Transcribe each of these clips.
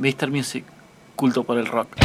Mr. Music, culto por el rock.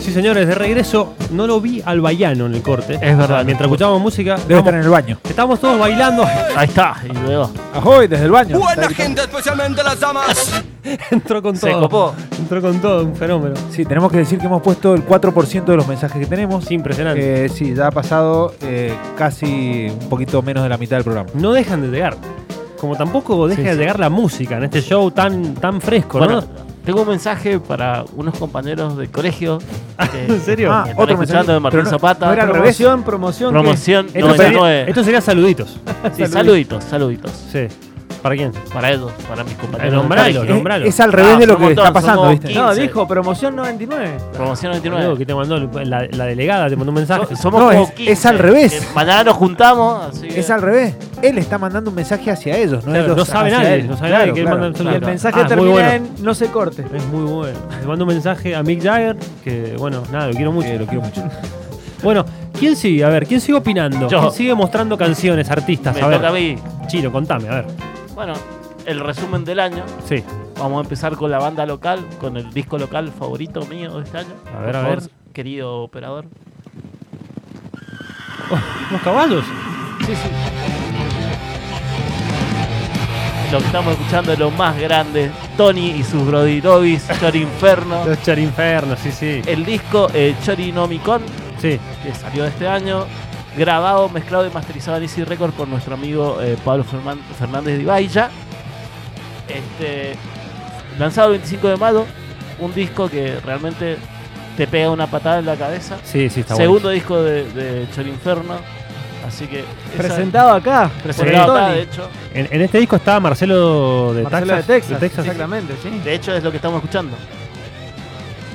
Sí, señores, de regreso no lo vi al baiano en el corte. Ah, Es verdad. Mientras escuchábamos música, Debe estábamos, estar en el baño. estábamos todos bailando. Ahí está, y luego. Ahoy, desde el baño. Buena gente, especialmente las damas. Entró con todo. Se copó. Entró con todo, un fenómeno. Sí, tenemos que decir que hemos puesto el 4% de los mensajes que tenemos. Es impresionante. Eh, sí, ya ha pasado eh, casi un poquito menos de la mitad del programa. No dejan de llegar. Como tampoco deja Sí, de sí. llegar la música en este show tan, tan fresco, Bueno, ¿no? tengo un mensaje para unos compañeros del colegio. que- ¿En serio? Ah, que están otro mensaje. escuchando de Martín Pero no- Zapata. no era al revés. Promoción, promoción. Promoción esto, sería, 99. esto sería saluditos. eh. Sí, saluditos, saluditos. Sí. ¿Para quién? Para ellos, para mis compañeros. nombralo, del colegio. nombralo. Es, es al revés Ah, de lo son que un está montón, pasando, somos ¿viste? quince. No, dijo promoción 99. Promoción Boludo, 99. que te mandó el- la, la delegada, te mandó un mensaje. So- Somos No, como es- 15, es al revés. que Mañana nos juntamos. Así que- Es al revés. Él está mandando un mensaje hacia ellos, no eh. Claro, ellos no sabe hacia nadie, él. no sabe nadie que él manda el Y saludo. el Claro. mensaje Ah, muy termina bueno. en no se corte. Es muy bueno. Le mando un mensaje a Mick Jagger, que bueno, nada, lo quiero mucho. Eh, lo quiero mucho. Bueno, ¿quién sigue? A ver, ¿quién sigue opinando? Yo. ¿Quién sigue mostrando canciones, artistas? Me a ver, toca a mí. Chiro, contame, a ver. Bueno, el resumen del año. Sí. Vamos a empezar con la banda local, con el disco local favorito mío de este año. A Por ver, a favor, ver. Querido operador. Los caballos. Sí, sí. Lo que estamos escuchando es lo más grande. Tony y sus Brodirobis, Chor Inferno. Los charinfernos, sí, sí. El disco eh, Chorinomicon, Sí. que salió este año. Grabado, mezclado y masterizado en Easy Record por nuestro amigo eh, Pablo Fernan- Fernández de Ibaya. Este, lanzado el 25 de mayo. Un disco que realmente te pega una patada en la cabeza. Sí, sí, está Segundo disco de, de Chorinferno. Así que. esa- Presentado acá. presentado por acá, Tony. de hecho. bueno. En, en este disco estaba Marcelo de Marcelo Texas. de Texas. sí. Exactamente, sí. De hecho, es lo que estamos escuchando.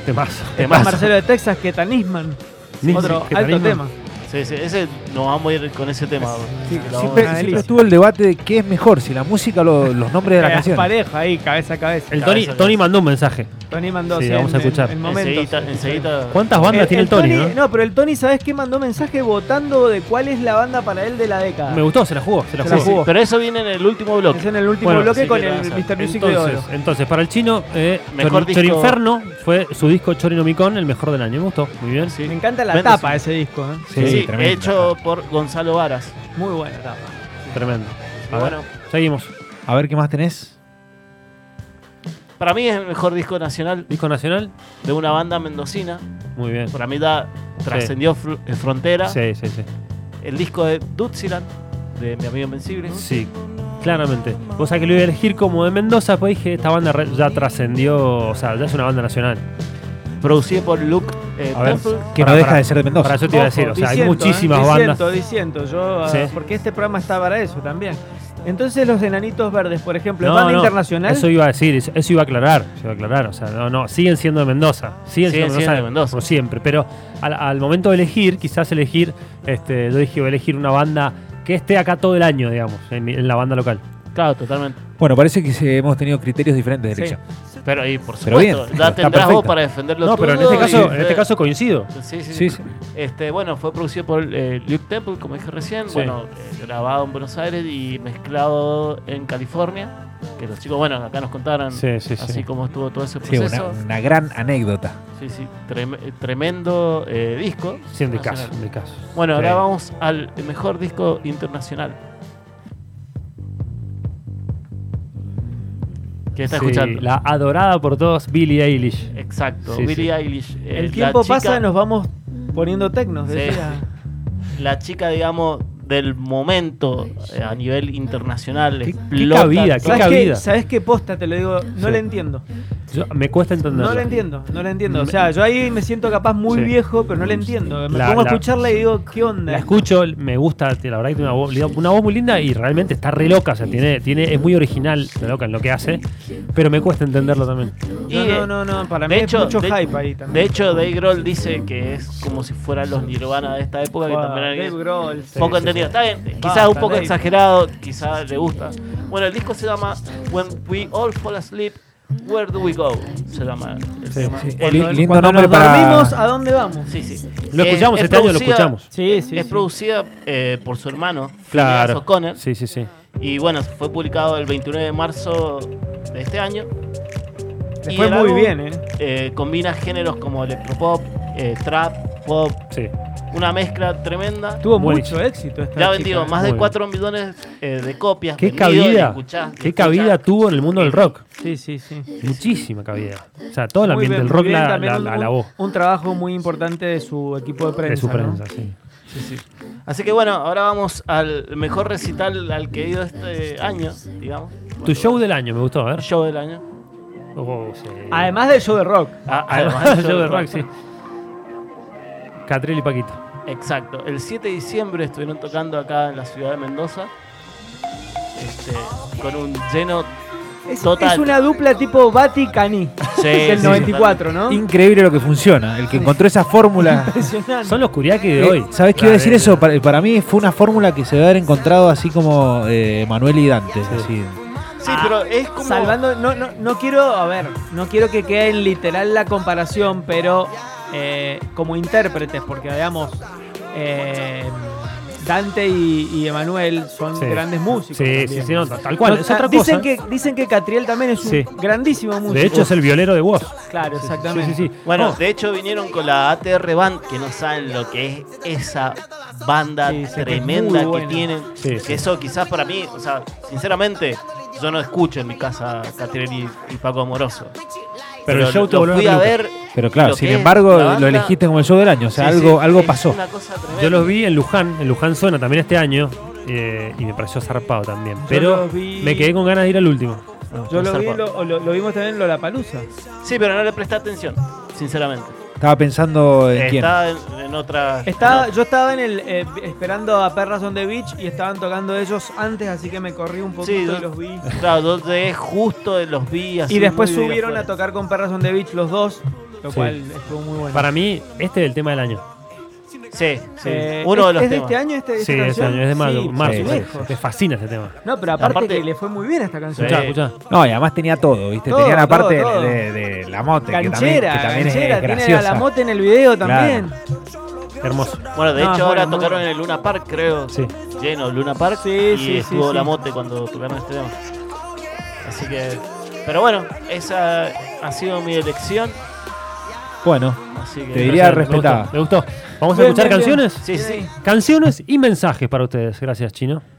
Temazo. Temazo. Marcelo de Texas, que tanisman. Ni- Otro que alto tanismo. tema. Sí, sí, ese, nos vamos a ir con ese tema. Sí, Lo vamos siempre a- siempre delicia. estuvo el debate de qué es mejor, si la música o lo- los nombres de la Eh, Las canción. pareja ahí, cabeza a cabeza. El Tony, Cabeza, Tony cabeza. mandó un mensaje. Tony mandó. Sí, sí, vamos a en- en- escuchar. En, momentos. Enseguida, enseguida- ¿Cuántas bandas tiene el Tony, no? pero el Tony, ¿sabes qué? Mandó mensaje votando de cuál es la banda para él de la década. Me gustó, se la jugó, se la Se jugó. la jugó. Pero eso viene en el último bloque. Es en el último Bueno, bloque así con que el vamos a- Mr. Music de Entonces, Oro. entonces, para el chino, eh, Mejor Chor- disco- Chorinferno fue su disco Chorinomicon, el mejor del año. Me gustó, muy bien. Sí. Me encanta la Mendes. tapa de ese disco, ¿eh? Sí, Sí, tremendo. hecho por Gonzalo Varas. Muy buena tapa. Tremendo. A Bueno, ver, seguimos. A ver qué más tenés. para mí es el mejor disco nacional Disco nacional, de una banda mendocina. muy bien. Para mí da, trascendió fr- eh, frontera. Sí, sí, sí. El disco de Dutziland, de mi amigo Invencible. Sí, claramente. Vos sabés que lo iba a elegir como de Mendoza, pues dije, esta banda re- ya trascendió, o sea, ya es una banda nacional. Producido por Luke eh, A ver, Temple. Que Para- no deja para- de ser de Mendoza. Para eso te iba a decir, Ojo, o sea, hay disiento, ¿eh? muchísimas bandas. Disiento, disiento, yo, ah, Sí. porque este programa está para eso también. Entonces los enanitos verdes, por ejemplo, ¿es No, banda no, internacional? Eso eh, iba a decir, eso, eso iba a aclarar, eso iba a aclarar, o sea, no, no, siguen siendo de Mendoza, Siguen siguen, siendo, siendo de de Mendoza. por siempre, pero al, al momento de elegir, quizás elegir, este, yo dije, voy a elegir una banda que esté acá todo el año, digamos, en, mi- en la banda local. Claro, totalmente. Bueno, parece que se- hemos tenido criterios diferentes de Sí. elección. Pero y por Pero bien, supuesto, está ya tendrás vos perfecto. para defenderlo no, pero en este caso, en este caso coincido. eh, Sí, sí, Sí, sí. Este, bueno, fue producido por eh, Luke Temple, como dije recién. Sí. Bueno, eh, grabado en Buenos Aires y mezclado en California. Que los chicos, bueno, acá nos contaron Sí, sí, sí. así como estuvo todo ese Sí, una, proceso. una gran anécdota. Sí, sí, trem- eh, tremendo eh, disco. Sí, en mi caso, nacional. en mi caso. Bueno, Sí. ahora vamos al mejor disco internacional. ¿Qué está Sí, escuchando? La adorada por todos, Billie Eilish. Exacto, Sí, sí. Billie Eilish. eh, El la tiempo chica- pasa, nos vamos poniendo tecnos. Sí. decía. la chica, digamos, del momento eh, a nivel internacional. Qué- explota qué cabida, todo. qué ¿Sabes qué? cabida. ¿Sabes qué posta? Te lo digo, no Sí. le entiendo. Yo- me cuesta entenderlo. No le entiendo, no le entiendo. O sea, yo ahí me siento capaz muy Sí. viejo, pero no le entiendo. Me La- pongo a la- escucharla y digo, ¿qué onda? La escucho, me gusta, te- la verdad que tiene una voz, una voz muy linda y realmente está re loca, o sea, tiene, tiene, es muy original, re loca en lo que hace, pero me cuesta entenderlo también. Y, eh, No, no, no, no, para mí de hecho, es mucho de- hype ahí De también. hecho, Dave Grohl dice que es como si fueran los Nirvana de esta época, que Wow, también era- Dave Grohl, sí, poco sí, entendido. Está bien, quizás Basta, un poco Dave. exagerado, quizás le gusta. Bueno, el disco se llama When We All Fall Asleep Where Do We Go se llama el tema. sí. Cuando Eh, Li- el- lindo Cuando nombre nos para- dormimos, ah, ¿a dónde vamos? sí, sí. Lo Eh, escuchamos es este año, lo producida- escuchamos. Sí, sí. es sí. producida eh, por su hermano, Phineas Claro. O'Connor. Sí, sí, sí. Y bueno, fue publicado el 29 de marzo de este año. Le Y fue el muy álbum, bien, ¿eh? eh, combina géneros como electropop, eh, trap, pop, Sí. una mezcla tremenda. Tuvo Buenísimo. mucho éxito Ya esta ha chica, vendido ¿eh? más Muy de bien. 4 millones eh, de copias. Qué vendido, y cabida. escuchás, y Qué escuchás. cabida tuvo en el mundo del rock. Sí, sí, sí. Muchísima cabida. O sea, todo el Muy ambiente bien, del muy rock bien, la, también la, un- la un- alabó. Un trabajo muy importante de su equipo de prensa. De su ¿no? prensa, sí. Así que bueno, ahora vamos al mejor recital al que he ido este año, digamos. Tu show del año me gustó, a ver. show del año. Oh, sí. Además del show de rock. Ah, Además del show de rock, sí. Catril y Paquito. Exacto. El 7 de diciembre estuvieron tocando acá en la ciudad de Mendoza. Este, con un lleno. Es, Total. es una dupla tipo Vaticaní. Sí, del 94, ¿no? Increíble lo que funciona. El que encontró esa fórmula. Impresionante. Son los Kuriaki de Eh, hoy. ¿Sabes qué iba a decir eso? Para, para mí fue una fórmula que se debe haber encontrado así como eh, Manuel y Dante. así. Sí, pero es como. Salvando, no, no, no quiero, a ver, no quiero que quede en literal la comparación, pero eh, como intérpretes, porque digamos, eh, Dante y, y Emanuel son Sí. grandes músicos. Sí, también. sí, sí, no, tal cual. No, es otra cosa. dicen, que, dicen que Catriel también es un Sí. grandísimo músico. de hecho, es el violero de vos. Claro, Sí, exactamente. sí, sí. Bueno, No, de hecho vinieron con la ATR Band, que no saben lo que es esa banda Sí, sí, que es muy tremenda que, buena. tienen. Sí, que sí. Eso quizás para mí, o sea, sinceramente, yo no escucho en mi casa Catriel y, y Paco Amoroso. pero el show te lo voló la fui a peluca. ver. Pero claro, lo sin que es embargo, la lo banda- elegiste como el show del año. O sea, Sí, algo, sí, algo es pasó. una cosa tremenda. Yo los vi en Luján, en Luján Zona también este año. eh, y me pareció zarpado también. Pero los vi- me quedé con ganas de ir al último. No, Yo lo, vi, zarpado. lo, lo- lo vimos también en Lollapalooza. Sí, pero no le presté atención, sinceramente. Estaba pensando en quién. Estaba en, en otra. Estaba, yo estaba en el eh, esperando a Perras on the Beach y estaban tocando ellos antes, asasí que me corrí un poquito Sí, yo- y los vi. Claro, yo llegué justo, los vi así. Y después muy de subieron a afuera. tocar con Perras on the Beach los dos, lo Sí. cual estuvo muy bueno. Para mí, este es el tema del año. Sí, sí. Eh, Uno de ¿es- los ¿Es de temas. este año? Este, esta Sí, este canción? año, es de mayo, Sí, marzo. por sí. lejos. Me fascina este tema. No, pero aparte, Aparte- que le fue muy bien esta canción. Escuchá, Sí. escuchá. No, y además tenía todo, ¿viste? Todo, tenía la todo, parte de- todo. De, de la mote, que también, que Canchera, también canchera, es tiene a graciosa. la mote en el video también. Hermoso. Bueno, de No, hecho Ah, bueno, ahora muy tocaron bueno. en el Luna Park, creo. Sí. Lleno, Luna Park. Sí, y sí, sí, estuvo sí. la mote cuando tocaron este tema. Así que. Pero bueno, esa ha sido mi elección. Bueno, Así que. Te diría Me gustó, respetada. Me gustó. ¿Vamos a Bien, escuchar bien, bien. canciones? Sí, sí. Canciones y mensajes para ustedes. Gracias, Chino.